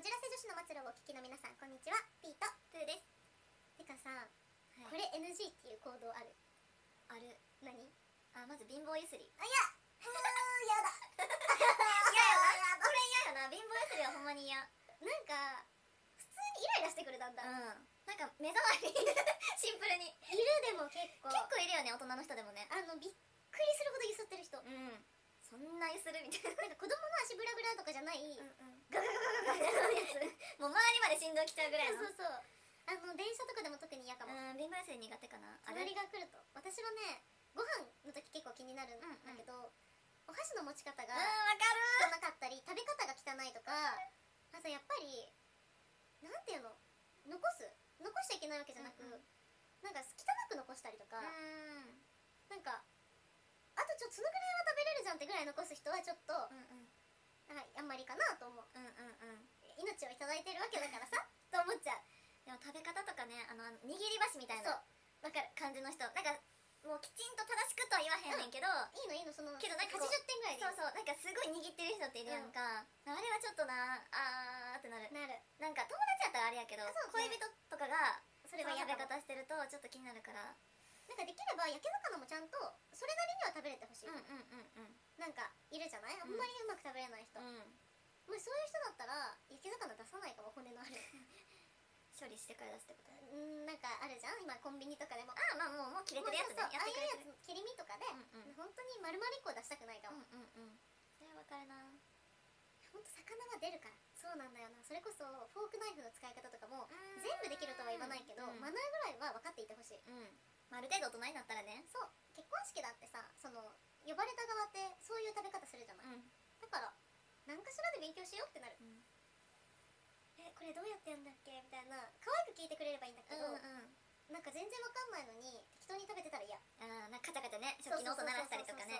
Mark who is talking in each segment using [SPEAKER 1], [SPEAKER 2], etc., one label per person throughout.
[SPEAKER 1] 末路をお聞きの皆さんこんにちはピーとプーですてかさ、これ NG っていう行動ある
[SPEAKER 2] ある
[SPEAKER 1] 何あや
[SPEAKER 2] あまず貧乏ゆすり
[SPEAKER 1] あ やだやだ
[SPEAKER 2] これ嫌よな貧乏ゆすりはほんまに嫌うん
[SPEAKER 1] なんか普通にイライラしてくるだんだん、
[SPEAKER 2] なんか目障り シンプルに
[SPEAKER 1] いるでも結構
[SPEAKER 2] 結構いるよね大人の人でもね
[SPEAKER 1] あのびっくりするほど揺すってる人、
[SPEAKER 2] うんそんなゆするみたい
[SPEAKER 1] なんか子供の足ブラブラとかじゃない、
[SPEAKER 2] な、
[SPEAKER 1] ガガガガガガガのやつ
[SPEAKER 2] もう周りまで振動きちゃうぐらいの
[SPEAKER 1] そうそうそうあの電車とかでも特に嫌かも、
[SPEAKER 2] うん貧乏ゆすり苦手かなあれ
[SPEAKER 1] 隣が来ると私はねご飯の時結構気になるんだけど、お箸の持ち方が
[SPEAKER 2] うんわかる
[SPEAKER 1] 汚かったり食べ方が汚いとかあとやっぱりなんていうの残す残しちゃいけないわけじゃなく、
[SPEAKER 2] うんうん
[SPEAKER 1] なんか汚く残したりとか、なんかあとちょっとそのぐらいは食べれるじゃんってぐらい残す人はちょっと、
[SPEAKER 2] うんうん
[SPEAKER 1] ああんまりかなと思う
[SPEAKER 2] うんうんうん
[SPEAKER 1] 命をいただいてるわけだから さと思っちゃう
[SPEAKER 2] でも食べ方とかねあの握り箸みたい
[SPEAKER 1] そう
[SPEAKER 2] なわかる感じの人なんかもうきちんと正しくとは言わへんねんけど、
[SPEAKER 1] いいのいいのその
[SPEAKER 2] けどなんか
[SPEAKER 1] 80
[SPEAKER 2] こう
[SPEAKER 1] 点ぐらいでいい
[SPEAKER 2] そうそうなんかすごい握ってる人っているやんか、あれはちょっとなあーってなる
[SPEAKER 1] なる
[SPEAKER 2] なんか友達やったらあれやけど、
[SPEAKER 1] あそうね
[SPEAKER 2] 恋人とかが
[SPEAKER 1] そ
[SPEAKER 2] そ
[SPEAKER 1] れ
[SPEAKER 2] れ
[SPEAKER 1] は
[SPEAKER 2] は
[SPEAKER 1] や
[SPEAKER 2] や
[SPEAKER 1] べ
[SPEAKER 2] べ
[SPEAKER 1] 方
[SPEAKER 2] 方してるとちょっと気になるから
[SPEAKER 1] なんかできれば焼け魚もちゃんとそれなりには食べれてほしい、
[SPEAKER 2] うんうんうん
[SPEAKER 1] なんかいるじゃないあん
[SPEAKER 2] ん
[SPEAKER 1] まりうまく食べれない人、
[SPEAKER 2] うん
[SPEAKER 1] もしそういう人だったら焼け魚出さないかも骨のある
[SPEAKER 2] 処理してから出すってこと
[SPEAKER 1] うんなんかあるじゃん今コンビニとかでもあ
[SPEAKER 2] ああまあもうもう切れてるやつね
[SPEAKER 1] そうそう
[SPEAKER 2] やってくれてる
[SPEAKER 1] ああいうやつ切り身とかで、
[SPEAKER 2] うんうん
[SPEAKER 1] 本当に丸々一個出したくないか
[SPEAKER 2] うん
[SPEAKER 1] も、
[SPEAKER 2] うんうんそれはわかるな
[SPEAKER 1] 本当魚が出るからそうなんだよなそれこそフォークナイフの使い方とかも
[SPEAKER 2] 全
[SPEAKER 1] 全部できるとは言わないけど、
[SPEAKER 2] うん、
[SPEAKER 1] マナーぐらいは分かっていてほしい
[SPEAKER 2] うんまあある程度大人になったらね
[SPEAKER 1] そう結婚式だってさその呼ばれた側ってそういう食べ方するじゃない、
[SPEAKER 2] ん
[SPEAKER 1] だから何かしらで勉強しようってなる
[SPEAKER 2] うん
[SPEAKER 1] えこれどうやってやんだっけみたいな可愛く聞いてくれればいいんだけど、
[SPEAKER 2] うんうん
[SPEAKER 1] なんか全然わかんないのに適当に食べてたら嫌
[SPEAKER 2] あーなんかカチャカチャね食器の音鳴らしたりとかね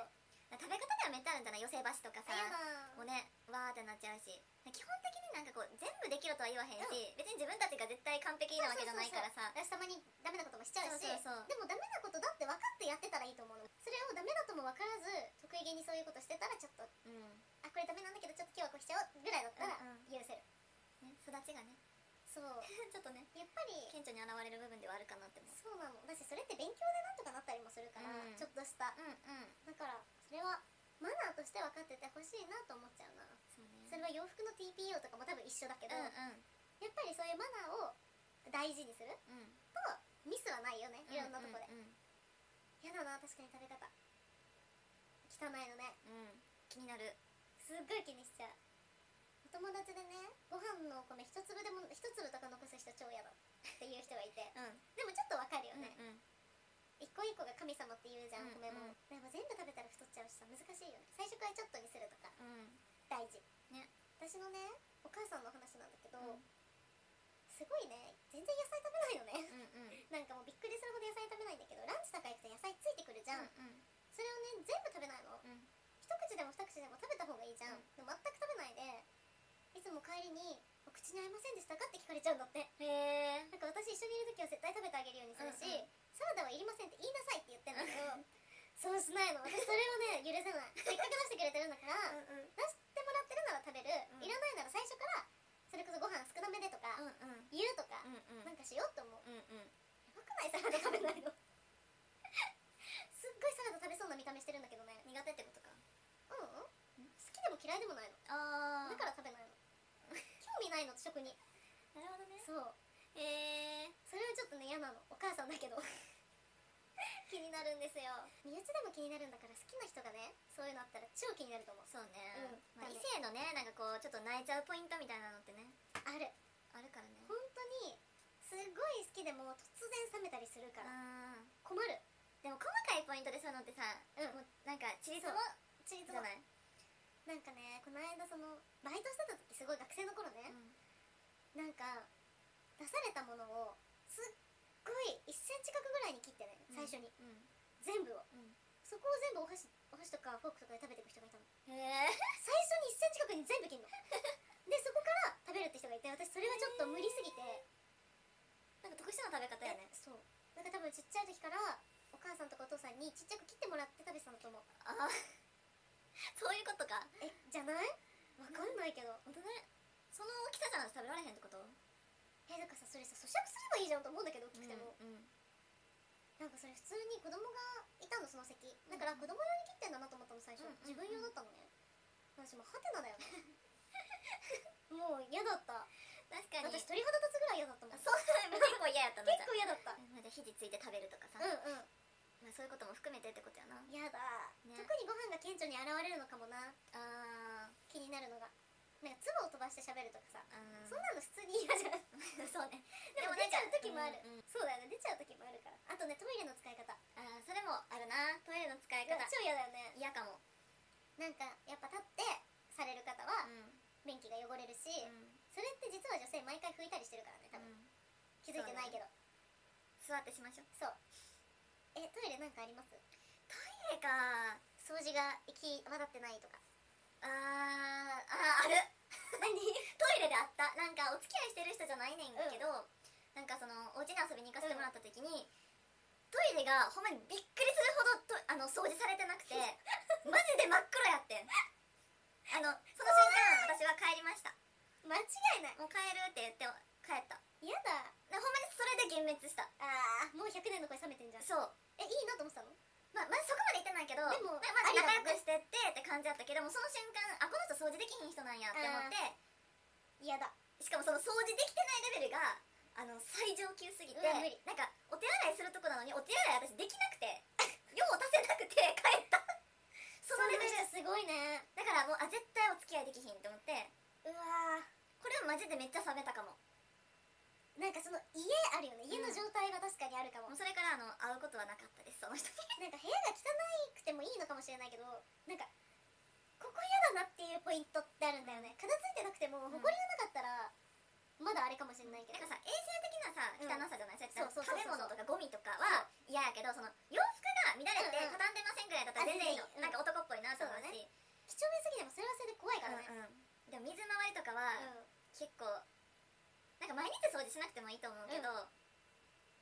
[SPEAKER 1] そう
[SPEAKER 2] 食べ方ではめったあるんじゃない寄せ箸とか
[SPEAKER 1] そうそうそうあ嫌
[SPEAKER 2] さもう
[SPEAKER 1] だ
[SPEAKER 2] ねわーってなっちゃうし基本的になんかこう全部できるとは言わへんし、別に自分たちが絶対完璧なわけじゃないからさ
[SPEAKER 1] 私たまにダメなこともしちゃうし
[SPEAKER 2] そうそうそう
[SPEAKER 1] でもダメなことだって分かってやってたらいいと思うのそれをダメだとも分からず得意げにそういうことしてたらちょっと
[SPEAKER 2] うん、
[SPEAKER 1] あこれダメなんだけどちょっと今日はこうしちゃおうぐらいだったら
[SPEAKER 2] うんうん
[SPEAKER 1] 許せる、
[SPEAKER 2] ね、育ちがね
[SPEAKER 1] そう
[SPEAKER 2] ちょっとね
[SPEAKER 1] やっぱり
[SPEAKER 2] 顕著に現れる部分ではあるかなって思
[SPEAKER 1] そ
[SPEAKER 2] う
[SPEAKER 1] うなのだしそれって勉強でなんとかなったりもするから、
[SPEAKER 2] うん
[SPEAKER 1] ちょっとした
[SPEAKER 2] うん
[SPEAKER 1] だ
[SPEAKER 2] うん
[SPEAKER 1] からそれはマナーとして分かっててほしいなと思っちゃうな
[SPEAKER 2] そう
[SPEAKER 1] それは
[SPEAKER 2] ね
[SPEAKER 1] 洋服の TPO とかも多分一緒だけど、
[SPEAKER 2] うん
[SPEAKER 1] やっぱりそういうマナーを大事にする
[SPEAKER 2] うんうん
[SPEAKER 1] とミスはないよねいろんなとこで、
[SPEAKER 2] うんうん
[SPEAKER 1] 嫌だな確かに食べ方汚いのね
[SPEAKER 2] うん、うん気になる
[SPEAKER 1] すっごい気にしちゃうお友達でねご飯のお米一粒でも一粒とか残す人超嫌だっていう人がいて
[SPEAKER 2] うん
[SPEAKER 1] でもちょっとわかるよ
[SPEAKER 2] うんう
[SPEAKER 1] ね、
[SPEAKER 2] ん
[SPEAKER 1] 一個一個が神様って言うじゃん、
[SPEAKER 2] うん
[SPEAKER 1] お米も
[SPEAKER 2] うん
[SPEAKER 1] でも全部食べたら太っちゃうしさ難しいよね最初からちょっとにするとか
[SPEAKER 2] うん
[SPEAKER 1] 大事
[SPEAKER 2] ね
[SPEAKER 1] 私のねお母さんの話なんだけど、
[SPEAKER 2] うん
[SPEAKER 1] すごいね全然野菜食べないよね
[SPEAKER 2] うんうん
[SPEAKER 1] なんかもうびっくりするほど野菜食べないんだけどランチとか行くと野菜ついてくるじゃん、
[SPEAKER 2] う
[SPEAKER 1] それをね全部食べないの
[SPEAKER 2] んうん
[SPEAKER 1] 一口でも二口でも食べた方がいいじゃん、
[SPEAKER 2] うん
[SPEAKER 1] でも全く食べないでいつも帰りに「お口に合いませんでしたか?」って聞かれちゃうんだって
[SPEAKER 2] へえ
[SPEAKER 1] なんか私一緒にいる時は絶対食べてあげるようにするし、
[SPEAKER 2] うんうん
[SPEAKER 1] サラダはいりませんって言いなさいって言ってんだけどそうしないの私それをね許せないせっかく出してくれてるんだから、
[SPEAKER 2] うんうん
[SPEAKER 1] 出してもらってるなら食べる、
[SPEAKER 2] うん
[SPEAKER 1] いらないなら最初からそれこそご飯少なめでと
[SPEAKER 2] うん
[SPEAKER 1] か、
[SPEAKER 2] うん
[SPEAKER 1] 言うとか、
[SPEAKER 2] うんうん
[SPEAKER 1] なんかしようと思う
[SPEAKER 2] うんうん
[SPEAKER 1] やばくないサラダ食べない のすっごいサラダ食べそうな見た目してるんだけどね
[SPEAKER 2] 苦手ってことか
[SPEAKER 1] うん、うん、好きでも嫌いでもないの
[SPEAKER 2] あ
[SPEAKER 1] だか
[SPEAKER 2] だか
[SPEAKER 1] ら食べ
[SPEAKER 2] ら
[SPEAKER 1] ないの興味ないの食に
[SPEAKER 2] なるほどね
[SPEAKER 1] そう
[SPEAKER 2] へえ
[SPEAKER 1] それはちょっとね嫌なのお母さんだけど気になるんですよ身内でも気になるんだから好きな人がねそういうのあったら超気になると思う
[SPEAKER 2] そうね、
[SPEAKER 1] うん
[SPEAKER 2] まあ、異性のねなんかこうちょっと泣いちゃうポイントみたいなのってね
[SPEAKER 1] ある
[SPEAKER 2] あるからね
[SPEAKER 1] 本当にすごい好きでも突然冷めたりするから
[SPEAKER 2] うん
[SPEAKER 1] 困る
[SPEAKER 2] でも細かいポイントでそういうのってさ、
[SPEAKER 1] うん
[SPEAKER 2] もうなんかちりつも
[SPEAKER 1] チーズ
[SPEAKER 2] じ
[SPEAKER 1] も
[SPEAKER 2] ゃない、
[SPEAKER 1] なんかねこの間そのバイトしてた時すごい学生の頃ね、なんか出されたものをすっごい1センチ角ぐらいに切ってね最初に、
[SPEAKER 2] う
[SPEAKER 1] 全部を
[SPEAKER 2] ん
[SPEAKER 1] そこを全部お箸お箸とかフォークとかで食べていく人がいたの
[SPEAKER 2] うんへえ
[SPEAKER 1] 最初に1センチ角に全部切る のでそこから食べるって人がいて私それはちょっと無理すぎて、
[SPEAKER 2] なんか特殊な食べ方やね
[SPEAKER 1] えそうなんか多分ちっちゃい時からお母さんとかお父さんにちっちゃく切ってもらって食べてたんだと思う
[SPEAKER 2] ああそういうことか
[SPEAKER 1] えじゃないわかんないけど
[SPEAKER 2] 本当ねその大きさじゃないと食べられへんってこと
[SPEAKER 1] えだからさそれさ咀嚼すればいいじゃんと思うんだけど大きくても、
[SPEAKER 2] うん
[SPEAKER 1] なんかそれ普通に子供がいたのその席だから
[SPEAKER 2] うん
[SPEAKER 1] 子供用に切ってんだなと思ったの最初、
[SPEAKER 2] うんうんうん
[SPEAKER 1] 自分用だったのね私もうハテナだよね もう嫌だった
[SPEAKER 2] 確かに
[SPEAKER 1] 私鳥肌立つぐらい嫌だったもん
[SPEAKER 2] そう なん結構嫌やったの
[SPEAKER 1] 結
[SPEAKER 2] じゃあ
[SPEAKER 1] 構嫌だったう
[SPEAKER 2] まだ肘ついて食べるとかさ、
[SPEAKER 1] ん
[SPEAKER 2] ま
[SPEAKER 1] うん
[SPEAKER 2] あ、そういうことも含めてってことやな
[SPEAKER 1] 嫌だ、
[SPEAKER 2] ね
[SPEAKER 1] 特にご飯が顕著に現れるのかもな
[SPEAKER 2] あー
[SPEAKER 1] 気になるのがなんか唾を飛ばして喋るとかさ、
[SPEAKER 2] あー
[SPEAKER 1] そんなの普通に嫌じ ゃん
[SPEAKER 2] そうね
[SPEAKER 1] でも
[SPEAKER 2] な
[SPEAKER 1] 出
[SPEAKER 2] ん
[SPEAKER 1] ち
[SPEAKER 2] か
[SPEAKER 1] ゃう時もある、
[SPEAKER 2] うんうん
[SPEAKER 1] そうだよね出ちゃう時もあるからあとねトイレの使い方超
[SPEAKER 2] あーそれもあるなトイレの使い方
[SPEAKER 1] 嫌だよね
[SPEAKER 2] 嫌かも
[SPEAKER 1] なんかやっぱ立ってされる方
[SPEAKER 2] う
[SPEAKER 1] は
[SPEAKER 2] ん
[SPEAKER 1] 便器が汚れるし、
[SPEAKER 2] うん
[SPEAKER 1] それって実は女性毎回拭いたりしてるからね多分、
[SPEAKER 2] うん
[SPEAKER 1] 気づいてないけど
[SPEAKER 2] 座ってしましょう
[SPEAKER 1] そう,、えトイレなんかあります
[SPEAKER 2] トイレか
[SPEAKER 1] 掃除が行き渡ってないとか
[SPEAKER 2] あー あーある
[SPEAKER 1] 何
[SPEAKER 2] トイレであったなんかお付き合いしてる人じゃないねんけど、なんかそのお家に遊びに行かせてもらった時に、トイレがほんまにびっくりするほどとあの掃除されて なくてマジで真っ黒やってんあのその瞬間私は帰りました
[SPEAKER 1] 間違いない
[SPEAKER 2] もう帰るって言って帰った
[SPEAKER 1] 嫌だ
[SPEAKER 2] でほんまにそれで幻滅した
[SPEAKER 1] あーもう100年の声冷めてんじゃん
[SPEAKER 2] そう
[SPEAKER 1] えいいなと思ってたの
[SPEAKER 2] まあ、まずそこまで言ってないけど
[SPEAKER 1] でも
[SPEAKER 2] まあ、ま
[SPEAKER 1] あり
[SPEAKER 2] ず
[SPEAKER 1] だもんね
[SPEAKER 2] 仲良くしてってって感じだったけどもその瞬間あこの人掃除できひん人なんやって思って
[SPEAKER 1] 嫌だ
[SPEAKER 2] しかもその掃除できてないレベルがあの最上級すぎて
[SPEAKER 1] うわ無理
[SPEAKER 2] なんかお手洗いするとこなのにお手洗い私できなくて 用を足せなくて 帰ったそ
[SPEAKER 1] その
[SPEAKER 2] の
[SPEAKER 1] レ
[SPEAKER 2] レベ
[SPEAKER 1] ベ
[SPEAKER 2] ル
[SPEAKER 1] ルすごいね
[SPEAKER 2] だからもうあ絶対お付き合いできひんと思って
[SPEAKER 1] うわー
[SPEAKER 2] これはマジでめっちゃ冷めたかも
[SPEAKER 1] なんかその家あるよね家の状態が確かにあるかも、
[SPEAKER 2] もうそれからあの会うことはなかったですその人に
[SPEAKER 1] なんか部屋が汚くてもいいのかもしれないけどなんかここ嫌だなっていうポイントってあるんだよね片付いてなくても
[SPEAKER 2] うん
[SPEAKER 1] 埃がなかったらまだあれかもしれないけ
[SPEAKER 2] な
[SPEAKER 1] ど
[SPEAKER 2] んかさ衛生的なさ汚さじゃない、そうやって
[SPEAKER 1] そうそうそうそう
[SPEAKER 2] 食べ物とかゴミとかは嫌やけどその洋服が乱れて
[SPEAKER 1] うんう
[SPEAKER 2] 畳
[SPEAKER 1] ん
[SPEAKER 2] んでませんぐらいだったら全然いいの、
[SPEAKER 1] あ全然いいうん
[SPEAKER 2] なんか男っぽいなと思うし
[SPEAKER 1] 几帳面すぎてもそれはそれで怖いからね、
[SPEAKER 2] うんうんでも水回りとかは
[SPEAKER 1] うん
[SPEAKER 2] 結構なんか毎日掃除しなくてもいいと思うけど、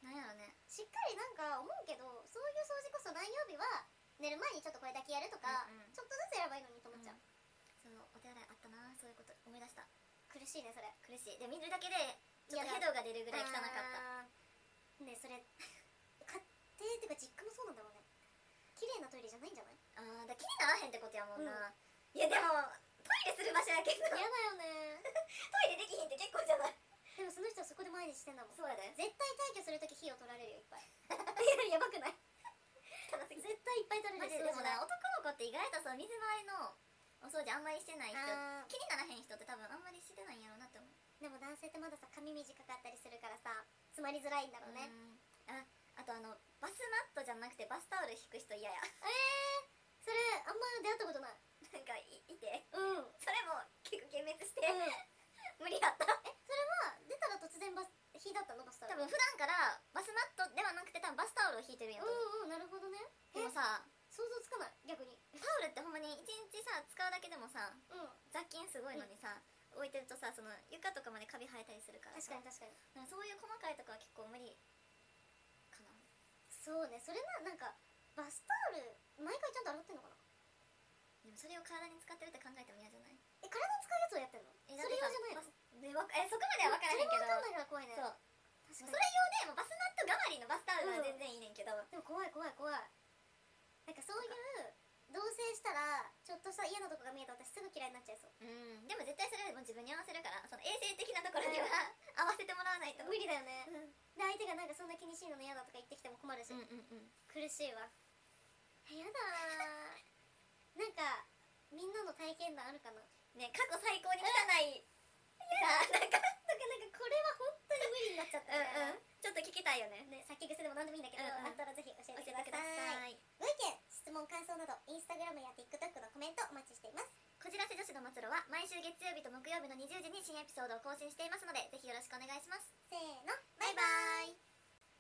[SPEAKER 2] なんやろね
[SPEAKER 1] しっかりなんか思うけどそういう掃除こそ何曜日は寝る前にちょっとこれだけやるとか、
[SPEAKER 2] うんうん
[SPEAKER 1] ちょっとずつやればいいのにと思っちゃう、
[SPEAKER 2] そのお手洗いあったなそういうこと思い出した
[SPEAKER 1] 苦しいねそれ
[SPEAKER 2] 苦しいで見るだけでちょっとヘドが出るぐらい汚かった
[SPEAKER 1] たねそれ 家庭っていうか実家もそうなんだろうね綺麗なトイレじゃないんじゃない
[SPEAKER 2] あーだから気にならへんってことやもんな、いやでもトイレする場所やけ
[SPEAKER 1] 嫌
[SPEAKER 2] ど
[SPEAKER 1] だ
[SPEAKER 2] ト
[SPEAKER 1] よね
[SPEAKER 2] イレできひんって結構じゃない
[SPEAKER 1] でもその人はそこで毎日してんだもん
[SPEAKER 2] そうやで
[SPEAKER 1] 絶対退去するとき火を取られるよいっ ぱいいややばくない
[SPEAKER 2] 汚す ぎ
[SPEAKER 1] 絶対いっぱい取ら
[SPEAKER 2] マ
[SPEAKER 1] れ
[SPEAKER 2] ジで
[SPEAKER 1] る
[SPEAKER 2] でもな男の子って意外とその水回りのお掃除あんまりしてない人
[SPEAKER 1] あー
[SPEAKER 2] 気にならへん人って多分あんまりしてないんやろうなって思う
[SPEAKER 1] でも男性ってまださ髪短かったりするからさ詰まりづらいんだろうね、
[SPEAKER 2] うんああとあのバスマットじゃなくてバスタオル引く人嫌や
[SPEAKER 1] えー、それあんま出会ったことない
[SPEAKER 2] なんかいいて
[SPEAKER 1] うん
[SPEAKER 2] それも結構幻滅して、
[SPEAKER 1] うん
[SPEAKER 2] 無理やった
[SPEAKER 1] まあ出たら突然バス火だったのバスタ
[SPEAKER 2] 多
[SPEAKER 1] オル
[SPEAKER 2] 分普段からバスマットではなくて多分バスタオルを引いてるんやと思う、
[SPEAKER 1] うんうんなるほどね
[SPEAKER 2] でもさ
[SPEAKER 1] 想像つかない逆に
[SPEAKER 2] タオルってほんまに一日さ使うだけでもさ
[SPEAKER 1] うん
[SPEAKER 2] 雑菌すごいのにさ、置いてるとさその床とかまでカビ生えたりするから
[SPEAKER 1] 確
[SPEAKER 2] さ
[SPEAKER 1] かに確かに
[SPEAKER 2] なんかそういう細かいとこは結構無理かな
[SPEAKER 1] そうねそれななんかバスタオル毎回ちゃんと洗ってんのかな
[SPEAKER 2] でもそれを体に使ってるって考えても嫌じゃない
[SPEAKER 1] え体使うやつをやってんのそれ用じゃないの
[SPEAKER 2] いのえそこまでは分からへんけど
[SPEAKER 1] それも分かんないから怖いね
[SPEAKER 2] そう
[SPEAKER 1] 確
[SPEAKER 2] そ
[SPEAKER 1] か
[SPEAKER 2] れ
[SPEAKER 1] に
[SPEAKER 2] 用でもうバスマット代わりのバスタオルは全然いいねんけど、
[SPEAKER 1] でも怖い怖い怖いなんかそういう同棲したらちょっとした嫌なとこが見えたら私すぐ嫌いになっちゃいそう
[SPEAKER 2] うんでも絶対それはもう自分に合わせるからその衛生的なところには合わせてもらわないと
[SPEAKER 1] 無理だよね
[SPEAKER 2] うん
[SPEAKER 1] で相手がなんかそんな気にしいの嫌だとか言ってきても困るし、
[SPEAKER 2] うんうんうん
[SPEAKER 1] 苦しいわえやだー なんかみんなの体験談あるかな
[SPEAKER 2] ね過去最高に汚いさなん
[SPEAKER 1] だから
[SPEAKER 2] か
[SPEAKER 1] なんかこれは本当に無理になっちゃった
[SPEAKER 2] うんうん
[SPEAKER 1] ね、
[SPEAKER 2] ちょっと聞きたいよね
[SPEAKER 1] ね先癖でも何でもいいんだけど、
[SPEAKER 2] うんうん
[SPEAKER 1] あったらぜひ教
[SPEAKER 2] 教
[SPEAKER 1] え
[SPEAKER 2] え
[SPEAKER 1] て
[SPEAKER 2] て
[SPEAKER 1] く
[SPEAKER 2] く
[SPEAKER 1] だ
[SPEAKER 2] だ
[SPEAKER 1] さ
[SPEAKER 2] さ
[SPEAKER 1] い
[SPEAKER 2] い
[SPEAKER 1] ご意見質問感想などインスタグラムや TikTok のコメントお待ちしています
[SPEAKER 2] こじらせ女子の末路は毎週月曜日と木曜日の20時に新エピソードを更新していますのでぜひよろしくお願いします
[SPEAKER 1] せーの